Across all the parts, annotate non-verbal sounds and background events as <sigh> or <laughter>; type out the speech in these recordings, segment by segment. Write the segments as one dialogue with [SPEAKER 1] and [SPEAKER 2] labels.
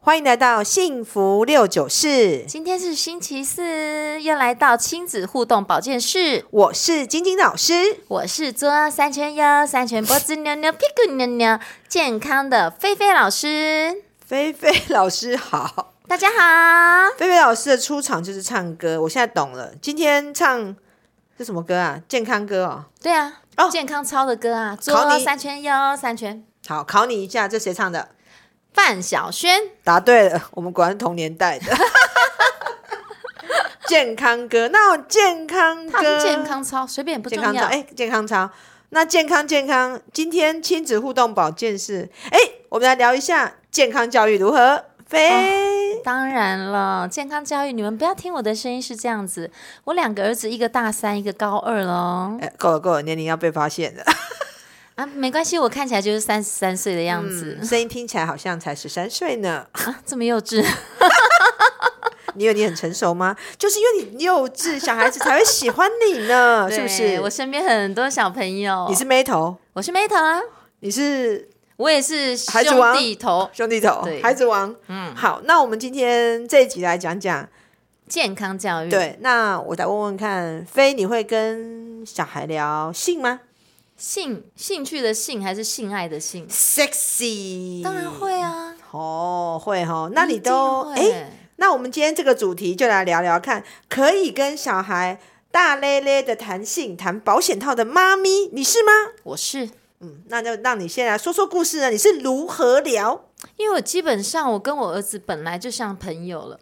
[SPEAKER 1] 欢迎来到幸福六九室，
[SPEAKER 2] 今天是星期四，又来到亲子互动保健室。
[SPEAKER 1] 我是晶晶老师。
[SPEAKER 2] 我是做三圈腰、三圈脖子扭扭、屁股扭扭，健康的菲菲老师。
[SPEAKER 1] 菲菲老师好，
[SPEAKER 2] 大家好，
[SPEAKER 1] 菲菲老师的出场就是唱歌，我现在懂了。今天唱这什么歌啊？健康歌哦。
[SPEAKER 2] 对啊，
[SPEAKER 1] 哦
[SPEAKER 2] 健康操的歌啊，
[SPEAKER 1] 考
[SPEAKER 2] 做
[SPEAKER 1] 你
[SPEAKER 2] 三圈腰、三圈。
[SPEAKER 1] 好，考你一下，这谁唱的？
[SPEAKER 2] 范晓萱，
[SPEAKER 1] 答对了，我们果然是同年代的。 <laughs> 健康歌，那健康
[SPEAKER 2] 他
[SPEAKER 1] 歌，
[SPEAKER 2] 们健康操随便也不
[SPEAKER 1] 健
[SPEAKER 2] 重
[SPEAKER 1] 康操，
[SPEAKER 2] 要。
[SPEAKER 1] 哎、健康操。那健康健康，今天亲子互动保健室，哎、我们来聊一下健康教育如何？飞、
[SPEAKER 2] 当然了，健康教育，你们不要听我的声音是这样子。我两个儿子，一个大三，一个高二喽。
[SPEAKER 1] 哎，够了够了，年龄要被发现了。
[SPEAKER 2] 啊，没关系，我看起来就是三十三岁的样子、
[SPEAKER 1] 嗯 <laughs> 声音听起来好像才十三岁呢。
[SPEAKER 2] 啊， <laughs> 这么幼稚。
[SPEAKER 1] 你以为你很成熟吗？就是因为你幼稚，小孩子才会喜欢你
[SPEAKER 2] <laughs>
[SPEAKER 1] 呢，是不
[SPEAKER 2] 对
[SPEAKER 1] 是？
[SPEAKER 2] 我身边很多小朋友，
[SPEAKER 1] 你是妹头，
[SPEAKER 2] 我是妹头啊，
[SPEAKER 1] 你是
[SPEAKER 2] 我也是
[SPEAKER 1] 孩子王
[SPEAKER 2] 兄弟头，
[SPEAKER 1] 兄弟头
[SPEAKER 2] 对，
[SPEAKER 1] 孩子王。
[SPEAKER 2] 嗯，
[SPEAKER 1] 好，那我们今天这一集来讲讲，
[SPEAKER 2] 健康教育，，
[SPEAKER 1] 对，那我再问问看，飞，你会跟小孩聊性吗
[SPEAKER 2] 兴兴趣的兴还是性爱的性？
[SPEAKER 1] ？sexy，
[SPEAKER 2] 当然会啊，
[SPEAKER 1] 哦，会哦。那你都
[SPEAKER 2] 哎、
[SPEAKER 1] 哎，那我们今天这个主题就来聊聊看，可以跟小孩大咧咧的谈性、谈保险套的妈咪，你是吗？
[SPEAKER 2] 我是。
[SPEAKER 1] 嗯，那就让你先来说说故事呢，你是如何聊？
[SPEAKER 2] 因为我基本上我跟我儿子本来就像朋友了，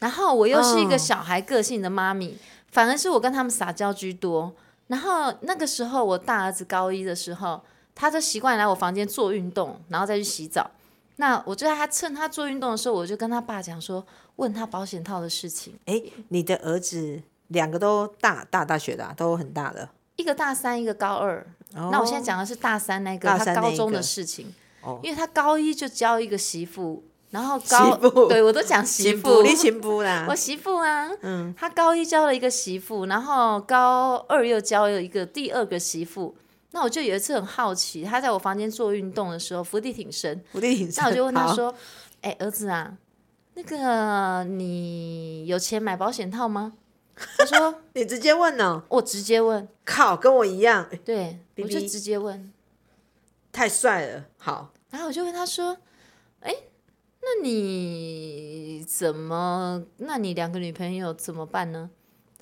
[SPEAKER 2] 然后我又是一个
[SPEAKER 1] 嗯
[SPEAKER 2] 小孩个性的妈咪，反而是我跟他们撒娇居多。然后那个时候我大儿子高一的时候，他就习惯来我房间做运动，然后再去洗澡。那我就在他趁他做运动的时候，我就跟他爸讲说，问他保险套的事情。
[SPEAKER 1] 哎，你的儿子两个都大大大学的、啊，都很大了。
[SPEAKER 2] 一个大三，一个高二。
[SPEAKER 1] 哦
[SPEAKER 2] 那我现在讲的是大三那个
[SPEAKER 1] 大
[SPEAKER 2] 他
[SPEAKER 1] 三那
[SPEAKER 2] 高
[SPEAKER 1] 一
[SPEAKER 2] 中
[SPEAKER 1] 个
[SPEAKER 2] 的事情，
[SPEAKER 1] 哦
[SPEAKER 2] 因为他高一就交一个媳妇，然后高
[SPEAKER 1] 媳妇
[SPEAKER 2] 对我都讲媳
[SPEAKER 1] 情
[SPEAKER 2] 妇，
[SPEAKER 1] 夫，你情夫啦
[SPEAKER 2] 我，媳妇啊，
[SPEAKER 1] 嗯
[SPEAKER 2] 他高一交了一个媳妇，然后高二又交了一个第二个媳妇。那我就有一次很好奇，他在我房间做运动的时候，伏地挺身，
[SPEAKER 1] 我弟挺
[SPEAKER 2] 那我就问他
[SPEAKER 1] 好，
[SPEAKER 2] 说：“哎、儿子啊，那个你有钱买保险套吗？”他说
[SPEAKER 1] 你直接问哦，：“
[SPEAKER 2] 我直接问，
[SPEAKER 1] 靠，跟我一样，哎
[SPEAKER 2] 对，我就
[SPEAKER 1] BB
[SPEAKER 2] 直接问。”
[SPEAKER 1] 太帅了，好，
[SPEAKER 2] 然后我就问他说：“哎，那你怎么？那你两个女朋友怎么办呢？”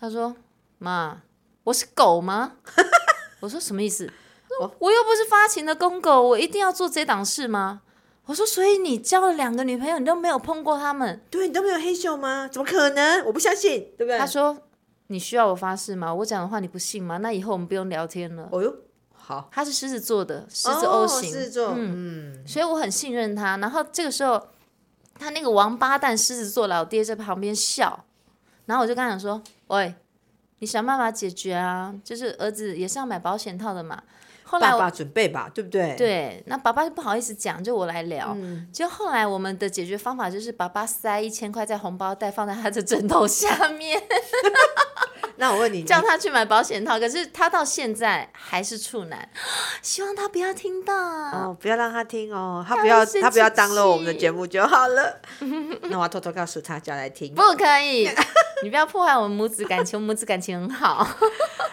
[SPEAKER 2] 他说：“妈，我是狗吗？” <laughs> 我说：“什么意思？
[SPEAKER 1] 哦
[SPEAKER 2] 我我又不是发情的公狗，我一定要做这档事吗？”我说：“所以你交了两个女朋友，你都没有碰过他们
[SPEAKER 1] 对你都没有黑袖吗？怎么可能？我不相信，对不？”对
[SPEAKER 2] 他？说：“你需要我发誓吗？我讲的话你不信吗？那以后我们不用聊天了。
[SPEAKER 1] 哦哟，好，”
[SPEAKER 2] 他是狮子座的，狮子 O 型，
[SPEAKER 1] 哦狮子座，
[SPEAKER 2] 嗯
[SPEAKER 1] 嗯，
[SPEAKER 2] 所以我很信任他。然后这个时候，他那个王八蛋狮子座老爹在旁边笑，然后我就跟他讲说：“喂，你想办法解决啊，就是儿子也是要买保险套的嘛。”后来
[SPEAKER 1] 爸
[SPEAKER 2] 我
[SPEAKER 1] 爸准备吧，对不哎对？，
[SPEAKER 2] 对，那爸爸就不好意思讲，就我来聊。
[SPEAKER 1] 嗯，
[SPEAKER 2] 就后来我们的解决方法就是，爸爸塞一千块在红包袋，放在他的枕头下面， <laughs>
[SPEAKER 1] 那我问你，
[SPEAKER 2] 叫他去买保险套。可是他到现在还是处男， <gasps> 希望他不要听到。
[SPEAKER 1] 哦，不要让他听哦，他
[SPEAKER 2] 他
[SPEAKER 1] 不要
[SPEAKER 2] 会生
[SPEAKER 1] 他不要
[SPEAKER 2] 气
[SPEAKER 1] 当了我们的
[SPEAKER 2] 气
[SPEAKER 1] 节目就好了。那我要偷偷告诉他，叫他来听。
[SPEAKER 2] 不可
[SPEAKER 1] <laughs>
[SPEAKER 2] 以，你不要破坏我们母子感情，我们母子感情很好。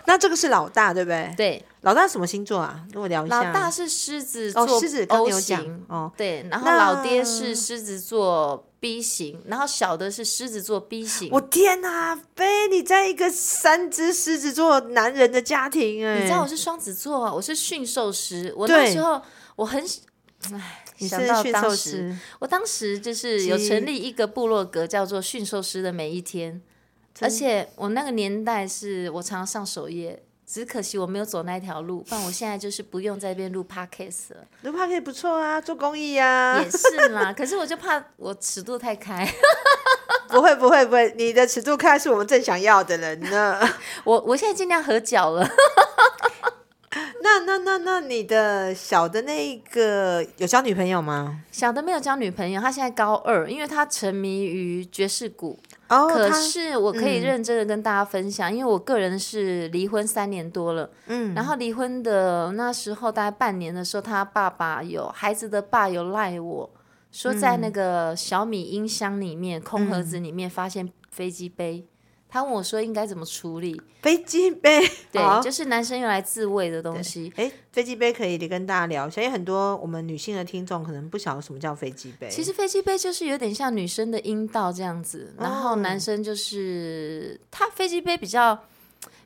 [SPEAKER 1] 那这个是老大对不对？
[SPEAKER 2] 对，
[SPEAKER 1] 老大什么星座啊？跟我聊一下。
[SPEAKER 2] 老大是狮子座
[SPEAKER 1] 哦，狮子刚
[SPEAKER 2] O
[SPEAKER 1] 刚有讲
[SPEAKER 2] 型，
[SPEAKER 1] 哦，
[SPEAKER 2] 对，然后
[SPEAKER 1] 那
[SPEAKER 2] 老爹是狮子座 B 型，然后小的是狮子座 B 型。
[SPEAKER 1] 我天哪、飞你在一个三只狮子座男人的家庭哎、
[SPEAKER 2] 你知道我是双子座啊，我是驯兽师。我
[SPEAKER 1] 对
[SPEAKER 2] 那时候我很，唉，
[SPEAKER 1] 你
[SPEAKER 2] 想
[SPEAKER 1] 是
[SPEAKER 2] 到
[SPEAKER 1] 驯
[SPEAKER 2] 当
[SPEAKER 1] 兽
[SPEAKER 2] 时，
[SPEAKER 1] 师，
[SPEAKER 2] 我当时就是有
[SPEAKER 1] 鸡
[SPEAKER 2] 成立一个部落格，叫做《驯兽师的每一天》，而且我那个年代是我常常上首页。只可惜我没有走那条路，不然我现在就是不用在这边录 podcast 了。
[SPEAKER 1] 卢帕可以不错啊，做公益啊
[SPEAKER 2] 也，是啦，可是我就怕我尺度太开，
[SPEAKER 1] 不会不会不会，你的尺度开是我们正想要的人 <laughs> 呢。
[SPEAKER 2] 我我现在尽量合脚了。 <laughs>
[SPEAKER 1] 那那那那你的小的那个有交女朋友吗？
[SPEAKER 2] 小的没有交女朋友，他现在高二，因为他沉迷于爵士鼓。
[SPEAKER 1] 哦，
[SPEAKER 2] 可
[SPEAKER 1] 他嗯
[SPEAKER 2] 是我可以认真的跟大家分享，因为我个人是离婚三年多了，
[SPEAKER 1] 嗯，
[SPEAKER 2] 然后离婚的那时候大概半年的时候，他爸爸有孩子的爸有赖我，说在
[SPEAKER 1] 嗯
[SPEAKER 2] 那个小米音箱里面、空盒子里面发现飞机杯，他问我说应该怎么处理。
[SPEAKER 1] 飞机
[SPEAKER 2] <laughs>
[SPEAKER 1] 杯，
[SPEAKER 2] 对，
[SPEAKER 1] 好
[SPEAKER 2] 就是男生用来自慰的东西。
[SPEAKER 1] 哎，飞机杯可以跟大家聊一下，因为很多我们女性的听众可能不晓得什么叫飞机杯。
[SPEAKER 2] 其实飞机杯就是有点像女生的阴道这样子，然后
[SPEAKER 1] 哦
[SPEAKER 2] 男生就是他飞机杯比较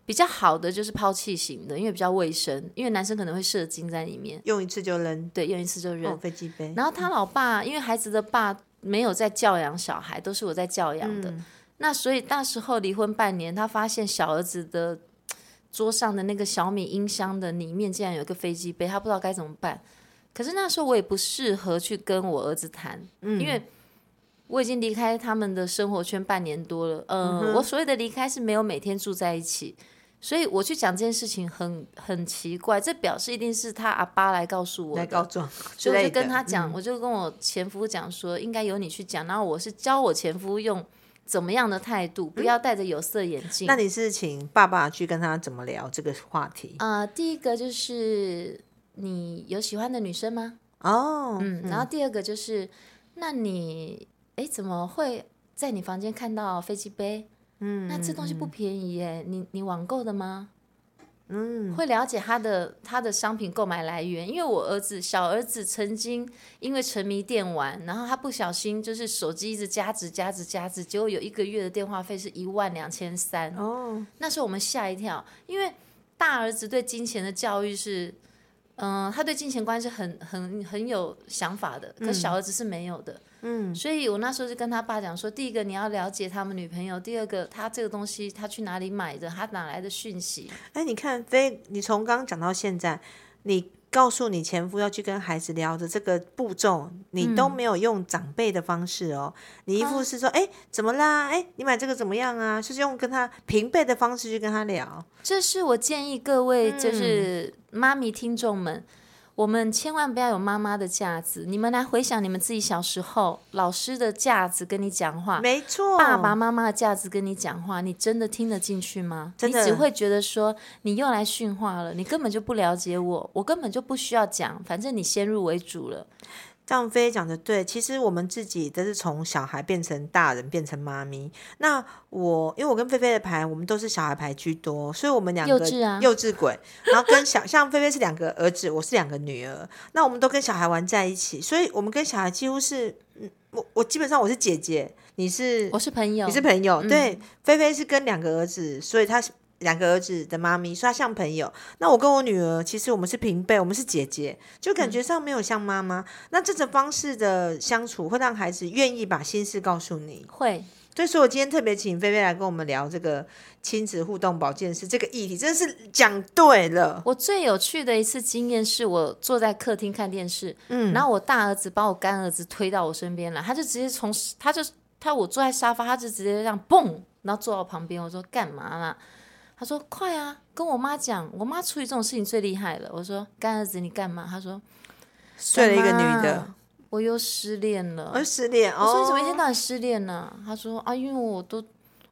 [SPEAKER 2] 比较好的就是抛弃型的，因为比较卫生，因为男生可能会射精在里面，
[SPEAKER 1] 用一次就扔，
[SPEAKER 2] 对，用一次就扔
[SPEAKER 1] 哦，。飞机杯。
[SPEAKER 2] 然后他老爸因为孩子的爸没有在教养小孩，都是我在教养的，那所以那时候离婚半年，他发现小儿子的。桌上的那个小米音箱的里面竟然有一个飞机杯，他不知道该怎么办。可是那时候我也不适合去跟我儿子谈，因为我已经离开他们的生活圈半年多了。呃、嗯，我所谓的离开是没有每天住在一起，所以我去讲这件事情很很奇怪。这表示一定是他阿爸来告诉我
[SPEAKER 1] 来
[SPEAKER 2] 的，
[SPEAKER 1] 告状，
[SPEAKER 2] 所以我就跟
[SPEAKER 1] 之类
[SPEAKER 2] 他
[SPEAKER 1] 的嗯
[SPEAKER 2] 讲，我就跟我前夫讲说，应该由你去讲。然后我是教我前夫用怎么样的态度，不要戴着有色眼镜。
[SPEAKER 1] 嗯那你是请爸爸去跟他怎么聊这个话题？
[SPEAKER 2] 啊，第一个就是你有喜欢的女生吗？
[SPEAKER 1] 哦，
[SPEAKER 2] 嗯，然后第二个就是，那你哎怎么会在你房间看到飞机杯？嗯，那这东西不便宜耶，你你网购的吗？嗯，会了解他的他的商品购买来源，因为我儿子小儿子曾经因为沉迷电玩，然后他不小心就是手机一直加值加值加值，结果有一个月的电话费是一万两千三，
[SPEAKER 1] 哦，
[SPEAKER 2] 那时候我们吓一跳，因为大儿子对金钱的教育是，嗯、他对金钱观是很很很有想法的，可小儿子是没有的。嗯，所以我那时候就跟他爸讲说，第一个你要了解他们女朋友，第二个他这个东西他去哪里买的，他哪来的讯息，
[SPEAKER 1] 哎，你看飞，你从刚讲到现在，你告诉你前夫要去跟孩子聊的这个步骤，你
[SPEAKER 2] 嗯
[SPEAKER 1] 都没有用长辈的方式哦，你一副是说，哎，怎么啦？哎，你买这个怎么样啊？就是用跟他平辈的方式去跟他聊。
[SPEAKER 2] 这是我建议各位就是妈咪听众们。我们千万不要有妈妈的架子，你们来回想你们自己小时候老师的架子跟你讲话，
[SPEAKER 1] 没错，
[SPEAKER 2] 爸爸妈妈的价值跟你讲话，你真的听得进去吗？
[SPEAKER 1] 真的
[SPEAKER 2] 你只会觉得说你又来训话了，你根本就不了解我，我根本就不需要讲，反正你先入为主了。
[SPEAKER 1] 张飞讲的对，其实我们自己都是从小孩变成大人，变成妈咪。那我因为我跟菲菲的牌，我们都是小孩牌居多，所以我们两个
[SPEAKER 2] 幼稚啊
[SPEAKER 1] 鬼，然后跟小 <laughs> 像菲菲是两个儿子，我是两个女儿，那我们都跟小孩玩在一起，所以我们跟小孩几乎是，嗯，我我基本上我是姐姐，你是
[SPEAKER 2] 我是朋友，
[SPEAKER 1] 你是朋
[SPEAKER 2] 嗯
[SPEAKER 1] 友，对，菲菲是跟两个儿子，所以她是两个儿子的妈咪，所以她像朋友。那我跟我女儿，其实我们是平辈，我们是姐姐，就
[SPEAKER 2] 嗯
[SPEAKER 1] 感觉上没有像妈妈。那这种方式的相处，会让孩子愿意把心事告诉你。
[SPEAKER 2] 会
[SPEAKER 1] 对，所以我今天特别请菲菲来跟我们聊这个亲子互动保健室这个议题，真是讲对了。
[SPEAKER 2] 我最有趣的一次经验是我坐在客厅看电视，
[SPEAKER 1] 嗯，
[SPEAKER 2] 然后我大儿子把我干儿子推到我身边来，他就直接从他就他我坐在沙发，他就直接这样蹦，然后坐到我旁边。我说干嘛啦？他说快啊，跟我妈讲，我妈处理这种事情最厉害了。我说干儿子你干嘛？他说
[SPEAKER 1] 睡了一个女
[SPEAKER 2] 干
[SPEAKER 1] 的
[SPEAKER 2] 嘛，我又失恋了。
[SPEAKER 1] 而失恋
[SPEAKER 2] 我
[SPEAKER 1] 哦，
[SPEAKER 2] 说你怎么一天到晚失恋呢、他说啊，因为我都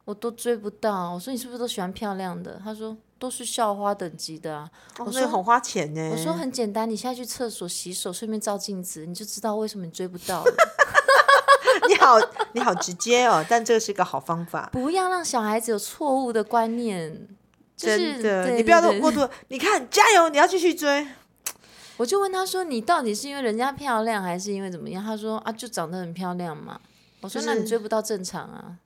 [SPEAKER 2] 我都追不到。我说你是不是都喜欢漂亮的？他说都是校花等级的啊。
[SPEAKER 1] 哦
[SPEAKER 2] 我
[SPEAKER 1] 那个
[SPEAKER 2] 说
[SPEAKER 1] 很花钱呢。
[SPEAKER 2] 我说很简单，你现在去厕所洗手，顺便照镜子，你就知道为什么你追不到了。 <laughs>
[SPEAKER 1] 你好，你好直接哦，但这是一个好方法。
[SPEAKER 2] 不要让小孩子有错误的观念。就是、
[SPEAKER 1] 真的，
[SPEAKER 2] 对
[SPEAKER 1] 你不要
[SPEAKER 2] 对
[SPEAKER 1] 都过
[SPEAKER 2] 对
[SPEAKER 1] 度。你看，加油，你要继续追。
[SPEAKER 2] 我就问他说：“你到底是因为人家漂亮，还是因为怎么样？”他说：“啊，就长得很漂亮嘛。”我
[SPEAKER 1] 就
[SPEAKER 2] 说：“
[SPEAKER 1] 是
[SPEAKER 2] 那你追不到正常啊。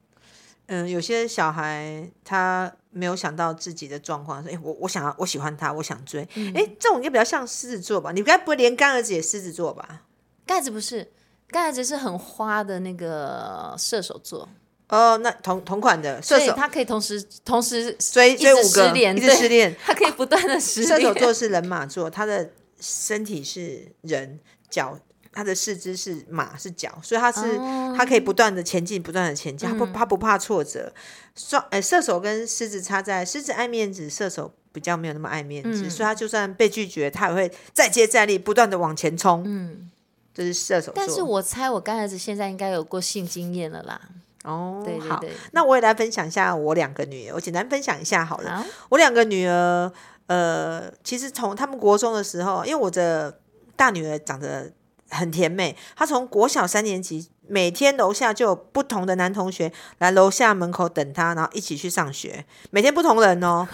[SPEAKER 1] 嗯，有些小孩他没有想到自己的状况，说：“哎、我我想要，我喜欢他，我想追。
[SPEAKER 2] 嗯
[SPEAKER 1] 哎、这种应该比较像狮子座吧？你该不会连干儿子也狮子座吧？”
[SPEAKER 2] 盖子不是，盖子是很花的那个射手座，
[SPEAKER 1] 哦，那同同款的射
[SPEAKER 2] 所以
[SPEAKER 1] 手
[SPEAKER 2] 他可以同时同时
[SPEAKER 1] 追
[SPEAKER 2] 一
[SPEAKER 1] 追
[SPEAKER 2] 直
[SPEAKER 1] 五个，
[SPEAKER 2] 失联
[SPEAKER 1] 一直
[SPEAKER 2] 对
[SPEAKER 1] 失恋。
[SPEAKER 2] 他可以不断的失
[SPEAKER 1] <laughs> 射手
[SPEAKER 2] 恋。
[SPEAKER 1] 座是人马座，他的身体是人，脚他的四肢是马是脚，所以他是、
[SPEAKER 2] 哦
[SPEAKER 1] 他可以不断的前进，不断的前进，他不
[SPEAKER 2] 嗯
[SPEAKER 1] 他不怕挫折。双呃射手跟狮子差在，狮子爱面子，射手比较没有那么爱面子，
[SPEAKER 2] 嗯
[SPEAKER 1] 所以他就算被拒绝，他也会再接再厉，不断的往前冲。嗯，这是射手座。
[SPEAKER 2] 但是我猜我干儿子现在应该有过性经验了啦。
[SPEAKER 1] 哦，
[SPEAKER 2] 对对
[SPEAKER 1] 好
[SPEAKER 2] 对，
[SPEAKER 1] 那我也来分享一下我两个女儿，我简单分享一下好了。
[SPEAKER 2] 好，
[SPEAKER 1] 我两个女儿，呃，其实从她们国中的时候，因为我的大女儿长得很甜美。她从国小三年级，每天楼下就有不同的男同学来楼下门口等她，然后一起去上学，每天不同人哦。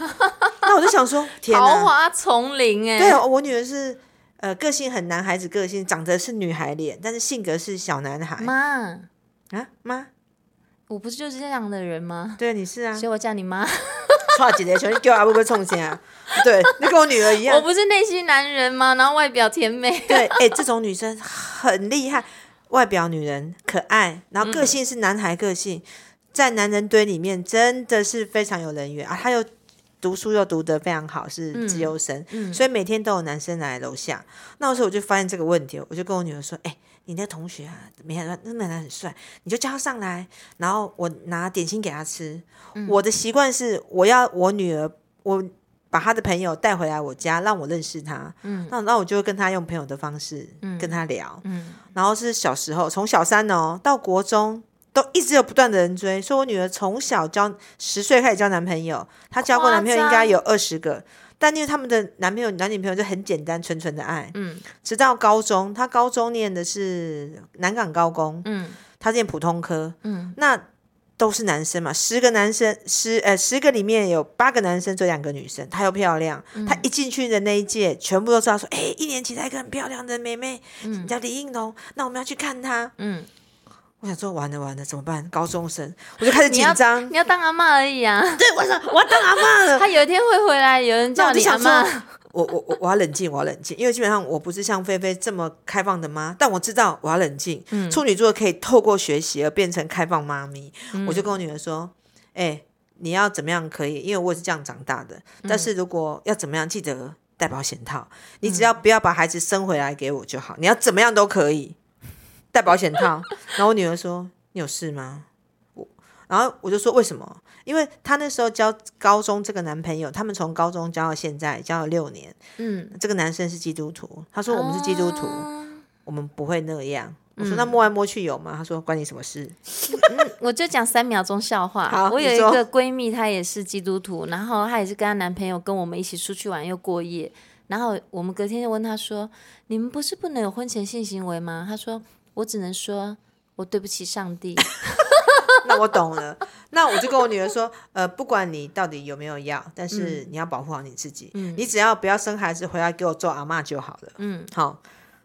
[SPEAKER 1] 那我就想说，天
[SPEAKER 2] 桃
[SPEAKER 1] 哪！
[SPEAKER 2] 花丛林哎、
[SPEAKER 1] 对，啊我女儿是呃个性很男孩子个性，长得是女孩脸，但是性格是小男
[SPEAKER 2] 哎
[SPEAKER 1] 孩
[SPEAKER 2] 妈，
[SPEAKER 1] 啊妈。
[SPEAKER 2] 我不是就是这样的人吗？
[SPEAKER 1] 对，你是啊， <laughs>
[SPEAKER 2] 所以我叫你 <laughs> 妈，
[SPEAKER 1] 差几个球，你叫阿布哥冲啊！对，你跟我女儿一样
[SPEAKER 2] 我，不是内心男人吗？然后外表甜美，
[SPEAKER 1] <laughs> 对，哎、这种女生很厉害，外表女人可爱，然
[SPEAKER 2] 嗯
[SPEAKER 1] 后个性是男孩个性，在男人堆里面真的是非常有人缘啊！她又读书又读得非常好，是自由生，
[SPEAKER 2] 嗯
[SPEAKER 1] 所以每天都有男生来楼下。那时候我就发现这个问题，我就跟我女儿说：“哎、你那个同学啊，没想到那男的很帅，你就叫他上来，然后我拿点心给他吃。
[SPEAKER 2] 嗯
[SPEAKER 1] 我的习惯是，我要我女儿，我把她的朋友带回来我家，让我认识她。
[SPEAKER 2] 嗯
[SPEAKER 1] 那那我就会跟她用朋友的方式
[SPEAKER 2] 嗯
[SPEAKER 1] 跟她聊。
[SPEAKER 2] 嗯，
[SPEAKER 1] 然后是小时候，从小三哦到国中，都一直有不断的人追，所以我女儿从小交十岁开始交男朋友，她交过男朋友
[SPEAKER 2] 夸
[SPEAKER 1] 应
[SPEAKER 2] 张
[SPEAKER 1] 该有二十个，但因为他们的男朋友男女朋友就很简单纯纯的爱，
[SPEAKER 2] 嗯，
[SPEAKER 1] 直到高中，她高中念的是南港高工，
[SPEAKER 2] 嗯，
[SPEAKER 1] 她念普通科，
[SPEAKER 2] 嗯，
[SPEAKER 1] 那。都是男生嘛，十个男生，十呃十个里面有八个男生，只有两个女生。她又漂亮，她一进去的那一届，全部都知道说，哎、一年级来一个很漂亮的妹妹，你叫李应龙，那我们要去看她。
[SPEAKER 2] 嗯，
[SPEAKER 1] 我想说，完了完了，怎么办？高中生，我就开始
[SPEAKER 2] 你
[SPEAKER 1] 紧
[SPEAKER 2] 要
[SPEAKER 1] 张。
[SPEAKER 2] 你要当阿妈而已啊。 <laughs>
[SPEAKER 1] 对，我想我要当阿妈了。
[SPEAKER 2] 他有一天会回来，有人
[SPEAKER 1] 那
[SPEAKER 2] 叫
[SPEAKER 1] 我就
[SPEAKER 2] 你阿
[SPEAKER 1] 想说
[SPEAKER 2] 妈。，
[SPEAKER 1] 我我我我要冷静，我要冷静，因为基本上我不是像菲菲这么开放的妈，但我知道我要冷静。处女座可以透过学习而变成开放妈咪。我就跟我女儿说，哎、你要怎么样可以？因为我也是这样长大的，但是如果要怎么样，记得戴保险套。你只要不要把孩子生回来给我就好，你要怎么样都可以。戴保险套。然后我女儿说：“你有事吗？”我，然后我就说：“为什么？”因为她那时候交高中这个男朋友，他们从高中交到现在，交了六年。
[SPEAKER 2] 嗯，
[SPEAKER 1] 这个男生是基督徒，他说我们是基督徒，
[SPEAKER 2] 啊嗯
[SPEAKER 1] 我们不会那样。我说那摸来摸去有吗？他说关你什么事？ <laughs>
[SPEAKER 2] 我就讲三秒钟笑话
[SPEAKER 1] 好。
[SPEAKER 2] 我有
[SPEAKER 1] 你
[SPEAKER 2] 一
[SPEAKER 1] 说
[SPEAKER 2] 个闺蜜，她也是基督徒，然后她也是跟她男朋友跟我们一起出去玩又过夜，然后我们隔天就问她说：“你们不是不能有婚前性行为吗？”她说：“我只能说我对不起上帝。
[SPEAKER 1] 那我懂了。那我就跟我女儿说，呃，不管你到底有没有要，但
[SPEAKER 2] 嗯
[SPEAKER 1] 是你要保护好你自己。你只要不要生孩子回来给我做阿嬷就好了。”
[SPEAKER 2] 嗯，
[SPEAKER 1] 好，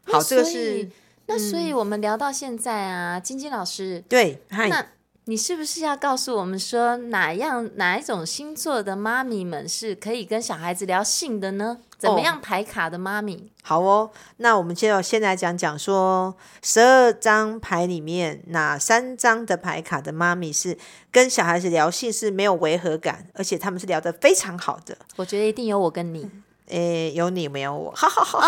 [SPEAKER 2] 那
[SPEAKER 1] 好，哦这个
[SPEAKER 2] 所以
[SPEAKER 1] 是嗯
[SPEAKER 2] 那所以我们聊到现在啊，晶晶老师，
[SPEAKER 1] 对。嗨，
[SPEAKER 2] 那你是不是要告诉我们说哪样哪一种星座的妈咪们是可以跟小孩子聊性的呢？怎
[SPEAKER 1] 哦
[SPEAKER 2] 么样排卡的妈咪？
[SPEAKER 1] 好哦，那我们就先来讲讲说，十二张牌里面哪三张的牌卡的妈咪是跟小孩子聊性是没有违和感，而且他们是聊得非常好的。
[SPEAKER 2] 我觉得一定有我跟你。
[SPEAKER 1] 诶，有你没有 <laughs> 我，好好好。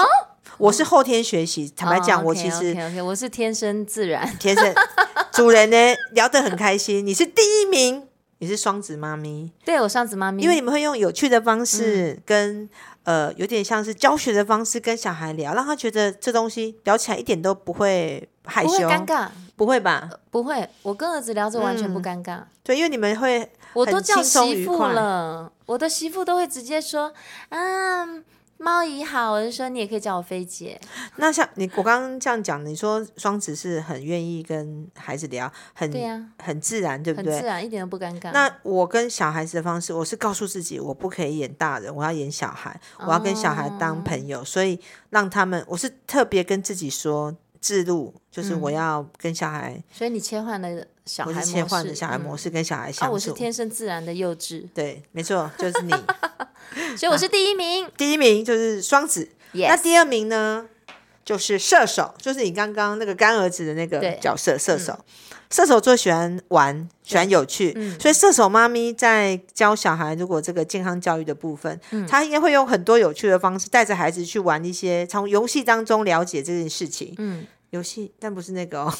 [SPEAKER 1] 我是后天学习， <laughs> 坦白讲，我其
[SPEAKER 2] o
[SPEAKER 1] 实
[SPEAKER 2] k o k 哦我是天生自然。
[SPEAKER 1] 天生 <laughs> 主人呢聊得很开心。你是第一名，你是双子妈咪，
[SPEAKER 2] 对我双子妈咪，
[SPEAKER 1] 因为你们会用有趣的方
[SPEAKER 2] 嗯
[SPEAKER 1] 式跟、呃，有点像是教学的方式跟小孩聊，让他觉得这东西聊起来一点都不会害
[SPEAKER 2] 不会
[SPEAKER 1] 羞，
[SPEAKER 2] 尴尬，
[SPEAKER 1] 不会吧？
[SPEAKER 2] 不会。我跟儿子聊着完全不尴尬，
[SPEAKER 1] 对，因为你们会
[SPEAKER 2] 我都
[SPEAKER 1] 嗯很
[SPEAKER 2] 叫
[SPEAKER 1] 轻松
[SPEAKER 2] 媳
[SPEAKER 1] 愉
[SPEAKER 2] 妇
[SPEAKER 1] 快
[SPEAKER 2] 了，我的媳妇都会直接说啊。猫姨好，我就说你也可以叫我菲姐，
[SPEAKER 1] 那像你，我刚刚这样讲，你说双子是很愿意跟孩子聊，很
[SPEAKER 2] 对呀
[SPEAKER 1] 很自然，对不
[SPEAKER 2] 很自
[SPEAKER 1] 对？
[SPEAKER 2] 然，一点都不尴尬。
[SPEAKER 1] 那我跟小孩子的方式，我是告诉自己，我不可以演大人，我要演小孩，我要跟小孩当朋
[SPEAKER 2] 哦
[SPEAKER 1] 友，所以让他们，我是特别跟自己说自录，就是
[SPEAKER 2] 嗯
[SPEAKER 1] 我要跟小孩，
[SPEAKER 2] 所以你切换了小孩
[SPEAKER 1] 我
[SPEAKER 2] 模
[SPEAKER 1] 是
[SPEAKER 2] 式，
[SPEAKER 1] 切换的小孩
[SPEAKER 2] 嗯
[SPEAKER 1] 模式跟小孩
[SPEAKER 2] 啊，
[SPEAKER 1] 相
[SPEAKER 2] 我是
[SPEAKER 1] 处。
[SPEAKER 2] 天生自然的
[SPEAKER 1] <laughs>
[SPEAKER 2] 幼稚，
[SPEAKER 1] 对，没错，就是你
[SPEAKER 2] 所以我是第一名。
[SPEAKER 1] 第一名就是双子，那
[SPEAKER 2] Yes，
[SPEAKER 1] 第二名呢，就是射手，就是你刚刚那个干儿子的那个
[SPEAKER 2] 对嗯
[SPEAKER 1] 角色射手。射手座喜欢玩，喜欢有趣，
[SPEAKER 2] 嗯
[SPEAKER 1] 所以射手妈咪在教小孩，如果这个健康教育的部分，
[SPEAKER 2] 嗯
[SPEAKER 1] 她应该会用很多有趣的方式，带着孩子去玩一些，从游戏当中了解这件事情。
[SPEAKER 2] 嗯
[SPEAKER 1] 游戏，但不是那个哦，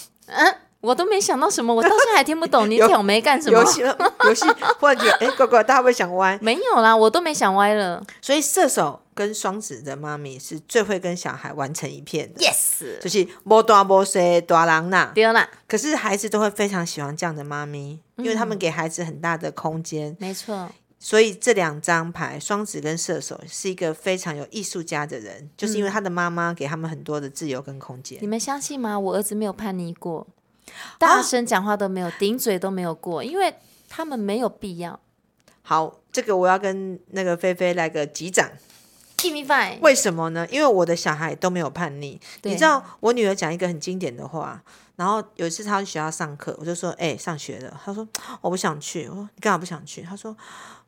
[SPEAKER 2] 我都没想到什么，我到现在还听
[SPEAKER 1] <laughs>
[SPEAKER 2] 不懂你
[SPEAKER 1] 有
[SPEAKER 2] 挑眉干什么
[SPEAKER 1] 游。戏， <laughs> 游戏，忽然觉得，哎、乖乖，大家会不会想歪。
[SPEAKER 2] 没有啦，我都没想歪了。
[SPEAKER 1] 所以射手跟双子的妈咪是最会跟小孩玩成一片的
[SPEAKER 2] Yes，
[SPEAKER 1] 就是摸大摸谁大郎呐。
[SPEAKER 2] 丢啦，
[SPEAKER 1] 可是孩子都会非常喜欢这样的妈咪，因为他们给孩子很大的空间，
[SPEAKER 2] 没错，
[SPEAKER 1] 所以这两张牌，双子跟射手是一个非常有艺术家的人，就是因为他的妈妈给他们很多的自由跟空间
[SPEAKER 2] 你。们相信吗？我儿子没有叛逆过，
[SPEAKER 1] 啊
[SPEAKER 2] 大声讲话都没有，顶嘴都没有过，因为他们没有必要。
[SPEAKER 1] 好，这个我要跟那个菲菲来个击掌。
[SPEAKER 2] Give me five，
[SPEAKER 1] 为什么呢？因为我的小孩都没有叛逆。
[SPEAKER 2] 对
[SPEAKER 1] 你知道我女儿讲一个很经典的话，然后有一次她去学校上课，我就说：“哎、上学了。”她说：“我不想去。”我说：“你干嘛不想去？”她说：“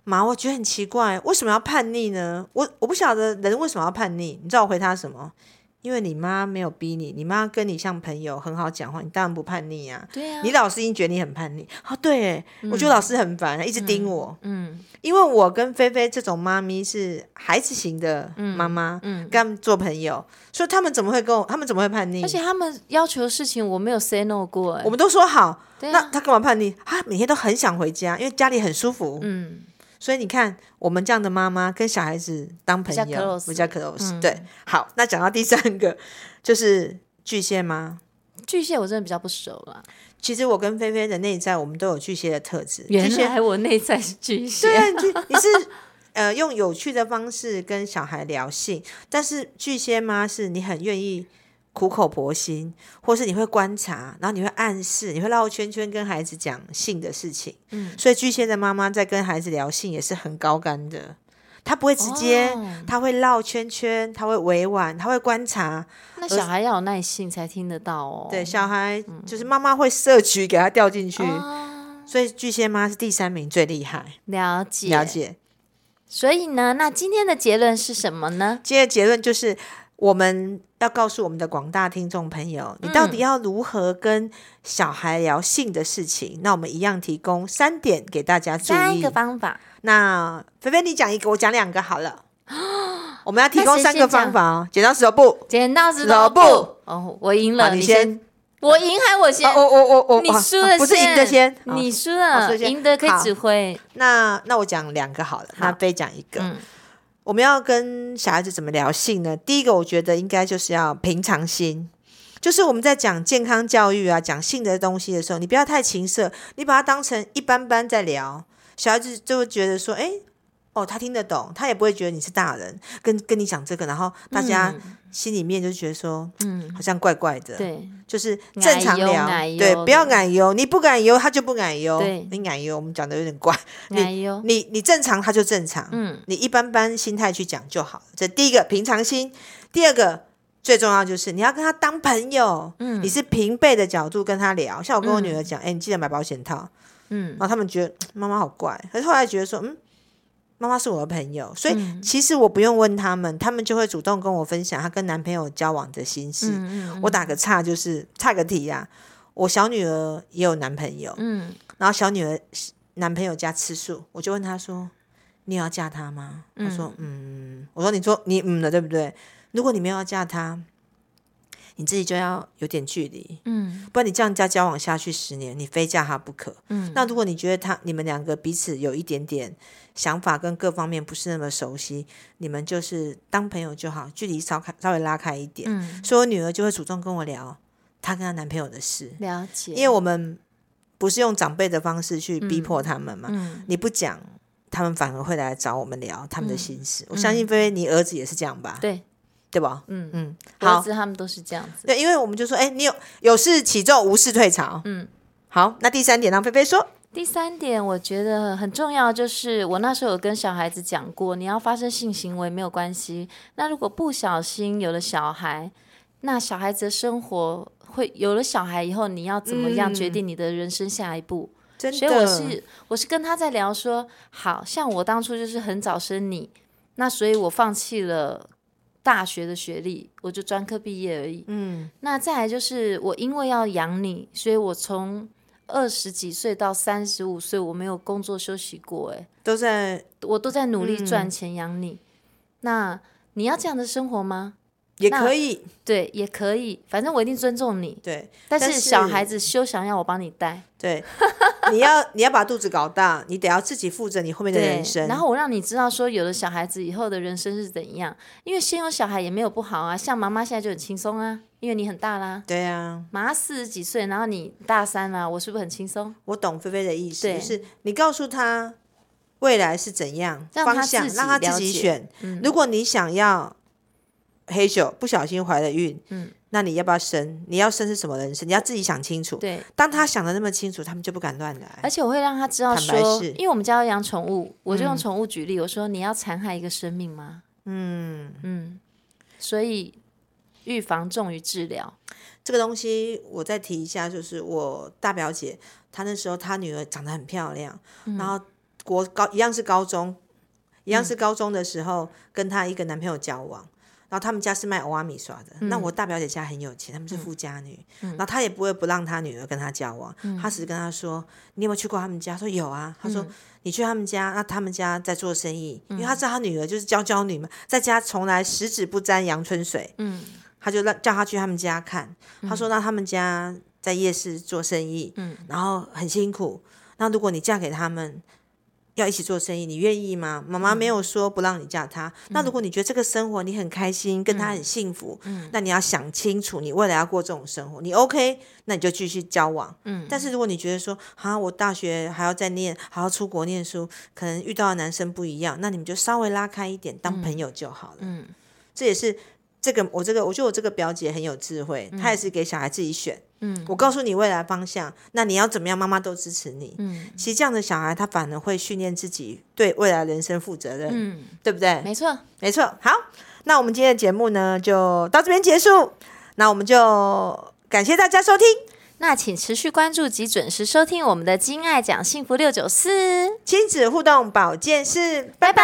[SPEAKER 1] 妈，我觉得很奇怪，为什么要叛逆呢？我我不晓得人为什么要叛逆。”你知道我回她什么？因为你妈没有逼你，你妈跟你像朋友，很好讲话，你当然不叛逆啊。
[SPEAKER 2] 对啊，
[SPEAKER 1] 你老师已经觉得你很叛逆啊？对耶，我觉得老师很烦，一直盯我。
[SPEAKER 2] 嗯
[SPEAKER 1] 因为我跟菲菲这种妈咪是孩子型的妈妈，
[SPEAKER 2] 嗯，
[SPEAKER 1] 跟他们做朋友，所以他们怎么会跟我？他们怎么会叛逆
[SPEAKER 2] 而？且他们要求的事情我没有 say no 过、哎
[SPEAKER 1] 我，们都说好，
[SPEAKER 2] 对
[SPEAKER 1] 那
[SPEAKER 2] 啊，
[SPEAKER 1] 他干嘛叛逆？他每天都很想回家，因为家里很舒服。
[SPEAKER 2] 嗯，
[SPEAKER 1] 所以你看，我们这样的妈妈跟小孩子当朋友
[SPEAKER 2] 比较 close
[SPEAKER 1] 比较 close、
[SPEAKER 2] 嗯
[SPEAKER 1] 对，好，那讲到第三个就是巨蟹吗？
[SPEAKER 2] 巨蟹我真的比较不熟了。
[SPEAKER 1] 其实我跟菲菲的内在，我们都有巨蟹的特质。巨
[SPEAKER 2] 原
[SPEAKER 1] 蟹
[SPEAKER 2] 来我内在是巨蟹，
[SPEAKER 1] 对，啊巨你是呃用有趣的方式跟小孩聊性，但是巨蟹妈是你很愿意苦口婆心，或是你会观察，然后你会暗示，你会绕圈圈跟孩子讲性的事情。
[SPEAKER 2] 嗯，
[SPEAKER 1] 所以巨蟹的妈妈在跟孩子聊性也是很高干的，她不会直接，
[SPEAKER 2] 哦
[SPEAKER 1] 她会绕圈圈，她会委婉，她会观察。
[SPEAKER 2] 那小孩要有耐性才听得到哦。
[SPEAKER 1] 对，小孩就是妈妈会摄取给他掉进去，
[SPEAKER 2] 哦，
[SPEAKER 1] 所以巨蟹妈是第三名最厉害。
[SPEAKER 2] 了解
[SPEAKER 1] 了。解。
[SPEAKER 2] 所以呢，那今天的结论是什么呢？
[SPEAKER 1] 今天的结论就是，我们要告诉我们的广大听众朋友，你到底
[SPEAKER 2] 嗯
[SPEAKER 1] 要如何跟小孩聊性的事情？那我们一样提供三点给大家注
[SPEAKER 2] 三
[SPEAKER 1] 意
[SPEAKER 2] 个。方法，
[SPEAKER 1] 那菲菲，你讲一个，我讲两个好
[SPEAKER 2] <gasps>
[SPEAKER 1] 了。我们要提
[SPEAKER 2] 那
[SPEAKER 1] 供
[SPEAKER 2] 谁
[SPEAKER 1] 三个
[SPEAKER 2] 先
[SPEAKER 1] 方
[SPEAKER 2] 讲
[SPEAKER 1] 法哦，剪刀石头布。
[SPEAKER 2] 剪刀石
[SPEAKER 1] 老
[SPEAKER 2] 头
[SPEAKER 1] 布
[SPEAKER 2] 布。哦，我赢
[SPEAKER 1] 好，
[SPEAKER 2] 了，
[SPEAKER 1] 你
[SPEAKER 2] 先。我赢还我先
[SPEAKER 1] 啊，？我我我我，
[SPEAKER 2] 你
[SPEAKER 1] 啊
[SPEAKER 2] 输了，
[SPEAKER 1] 不是赢的先。好
[SPEAKER 2] 你输
[SPEAKER 1] 好
[SPEAKER 2] 了，
[SPEAKER 1] 输先
[SPEAKER 2] 赢的可以
[SPEAKER 1] 好
[SPEAKER 2] 指挥。
[SPEAKER 1] 那那我讲两个好了，那
[SPEAKER 2] 好
[SPEAKER 1] 菲讲一个。
[SPEAKER 2] 嗯
[SPEAKER 1] 我们要跟小孩子怎么聊性呢？第一个，我觉得应该就是要平常心，就是我们在讲健康教育啊、讲性的东西的时候，你不要太情色，你把它当成一般般在聊，小孩子就会觉得说，哎。哦，他听得懂，他也不会觉得你是大人，跟跟你讲这个，然后大家心里面就觉得说，
[SPEAKER 2] 嗯，
[SPEAKER 1] 好像怪怪的，，
[SPEAKER 2] 对
[SPEAKER 1] 就是正常聊
[SPEAKER 2] 奶油，
[SPEAKER 1] 对
[SPEAKER 2] 奶油，
[SPEAKER 1] 不要奶油，你不奶油，他就不奶油，
[SPEAKER 2] 对
[SPEAKER 1] 你奶油，我们讲的有点怪，你
[SPEAKER 2] 奶油，
[SPEAKER 1] 你你正常，他就正常，
[SPEAKER 2] 嗯，
[SPEAKER 1] 你一般般心态去讲就好了。这第一个平常心，第二个最重要就是你要跟他当朋友，
[SPEAKER 2] 嗯
[SPEAKER 1] 你是平辈的角度跟他聊。像我跟我
[SPEAKER 2] 嗯
[SPEAKER 1] 女儿讲，哎、你记得买保险套，
[SPEAKER 2] 嗯
[SPEAKER 1] 然后他们觉得嗯妈妈好怪，可是后来觉得说，嗯，妈妈是我的朋友，所以
[SPEAKER 2] 嗯
[SPEAKER 1] 其实我不用问他们，他们就会主动跟我分享她跟男朋友交往的心事。
[SPEAKER 2] 嗯嗯
[SPEAKER 1] 我打个岔，就是岔个题呀、我小女儿也有男朋友，
[SPEAKER 2] 嗯
[SPEAKER 1] 然后小女儿男朋友家吃素，我就问她说：“你有要嫁他吗？”她说：“嗯。”我说：“你说你嗯了，对不对？如果你没有要嫁他，你自己就要有点距离，
[SPEAKER 2] 嗯
[SPEAKER 1] 不然你这样家交往下去十年，你非嫁他不可。
[SPEAKER 2] 嗯
[SPEAKER 1] 那如果你觉得他你们两个彼此有一点点想法跟各方面不是那么熟悉，你们就是当朋友就好，距离稍开稍微拉开一点。
[SPEAKER 2] 嗯，
[SPEAKER 1] 所以我女儿就会主动跟我聊她跟她男朋友的事，
[SPEAKER 2] 了解。
[SPEAKER 1] 因为我们不是用长辈的方式去逼迫他们嘛，
[SPEAKER 2] 嗯
[SPEAKER 1] 你不讲，他们反而会来找我们聊他们的心事。我
[SPEAKER 2] 嗯
[SPEAKER 1] 相信菲菲，你儿子也是这样吧？
[SPEAKER 2] 对，
[SPEAKER 1] 对吧？
[SPEAKER 2] 嗯，
[SPEAKER 1] 嗯，
[SPEAKER 2] 我儿
[SPEAKER 1] 好，
[SPEAKER 2] 子他们都是这样子。
[SPEAKER 1] 对，因为我们就说，哎，你有有事起奏，无事退潮。
[SPEAKER 2] 嗯，
[SPEAKER 1] 好，那第三点让菲菲说，
[SPEAKER 2] 第三点，我觉得很重要，就是我那时候有跟小孩子讲过，你要发生性行为没有关系。那如果不小心有了小孩，那小孩子的生活会有了小孩以后，你要怎么样
[SPEAKER 1] 嗯
[SPEAKER 2] 决定你的人生下一步？
[SPEAKER 1] 真的，
[SPEAKER 2] 所以我是我是跟他在聊说，好像我当初就是很早生你，那所以我放弃了大学的学历，我就专科毕业而已。
[SPEAKER 1] 嗯
[SPEAKER 2] 那再来就是我因为要养你，所以我从二十几岁到三十五岁，我没有工作休息过、欸，
[SPEAKER 1] 都在
[SPEAKER 2] 我都在努力
[SPEAKER 1] 嗯
[SPEAKER 2] 赚钱养你。那你要这样的生活吗？
[SPEAKER 1] 也
[SPEAKER 2] 那
[SPEAKER 1] 可以
[SPEAKER 2] 对，也可以，反正我一定尊重你。
[SPEAKER 1] 对
[SPEAKER 2] 但
[SPEAKER 1] 但
[SPEAKER 2] 是小
[SPEAKER 1] 是
[SPEAKER 2] 孩子休想要我帮你带，
[SPEAKER 1] 对， <laughs> 你要你要把肚子搞大，你得要自己负责你后面的
[SPEAKER 2] 对
[SPEAKER 1] 人生。，
[SPEAKER 2] 然后我让你知道说，有了小孩子以后的人生是怎样，因为先有小孩也没有不好啊，像妈妈现在就很轻松啊，因为你很大啦，
[SPEAKER 1] 对啊，
[SPEAKER 2] 妈妈四十几岁，然后你大三啦，我是不是很轻松？
[SPEAKER 1] 我懂菲菲的意思，
[SPEAKER 2] 对
[SPEAKER 1] 就是你告诉他，未来是怎样
[SPEAKER 2] 让
[SPEAKER 1] 方
[SPEAKER 2] 他
[SPEAKER 1] 向，
[SPEAKER 2] 自己
[SPEAKER 1] 让他自
[SPEAKER 2] 了
[SPEAKER 1] 己
[SPEAKER 2] 解嗯
[SPEAKER 1] 选。如果你想要黑酒，不小心怀了孕，
[SPEAKER 2] 嗯，
[SPEAKER 1] 那你要不要生？你要生是什么人生？你要自己想清楚。
[SPEAKER 2] 对，
[SPEAKER 1] 当他想的那么清楚，他们就不敢乱
[SPEAKER 2] 而
[SPEAKER 1] 来。
[SPEAKER 2] 且我会让他知道
[SPEAKER 1] 哎坦白
[SPEAKER 2] 说，
[SPEAKER 1] 是
[SPEAKER 2] 因为我们家要养宠物，我就用宠物举例，我说你要残害一个生命吗？
[SPEAKER 1] 嗯，
[SPEAKER 2] 嗯，所以预防重于治疗。
[SPEAKER 1] 这个东西我再提一下，就是我大表姐，她那时候她女儿长得很漂亮，然后国高一样是高中，一样是高中的时候、跟她一个男朋友交往。然后他们家是卖欧阿米刷的，那我大表姐家很有钱，他们是富家女，然后她也不会不让她女儿跟她交往，她只是跟她说：“你有没有去过他们家？”说有啊，她说：“你去他们家，那他们家在做生意，因为她知道她女儿就是娇娇女嘛，在家从来十指不沾阳春水，
[SPEAKER 2] 嗯
[SPEAKER 1] 他就让叫他去他们家看，他说让他们家在夜市做生意，
[SPEAKER 2] 嗯
[SPEAKER 1] 然后很辛苦。那如果你嫁给他们，要一起做生意，你愿意吗？妈
[SPEAKER 2] 嗯
[SPEAKER 1] 妈没有说不让你嫁他。那如果你觉得这个生活你很开心，跟他
[SPEAKER 2] 嗯
[SPEAKER 1] 很幸福，那你要想清楚，你未来要过这种生活，你 OK，那你就继续交往。
[SPEAKER 2] 嗯
[SPEAKER 1] 但是如果你觉得说啊，我大学还要再念，还要出国念书，可能遇到的男生不一样，那你们就稍微拉开一点，当朋友就好了。
[SPEAKER 2] 嗯，
[SPEAKER 1] 这也是这个我这个我觉得我这个表姐很有智慧，她也是给小孩自己选。
[SPEAKER 2] 嗯，
[SPEAKER 1] 我告诉你未来方向，那你要怎么样，妈妈都支持你。
[SPEAKER 2] 嗯，
[SPEAKER 1] 其实这样的小孩，他反而会训练自己对未来人生负责任，
[SPEAKER 2] 嗯，
[SPEAKER 1] 对不对？
[SPEAKER 2] 没错。
[SPEAKER 1] 没错。好，那我们今天的节目呢，就到这边结束。那我们就感谢大家收听，
[SPEAKER 2] 那请持续关注及准时收听我们的《金爱讲幸福六九四》，
[SPEAKER 1] 亲子互动保健室，
[SPEAKER 2] 拜拜。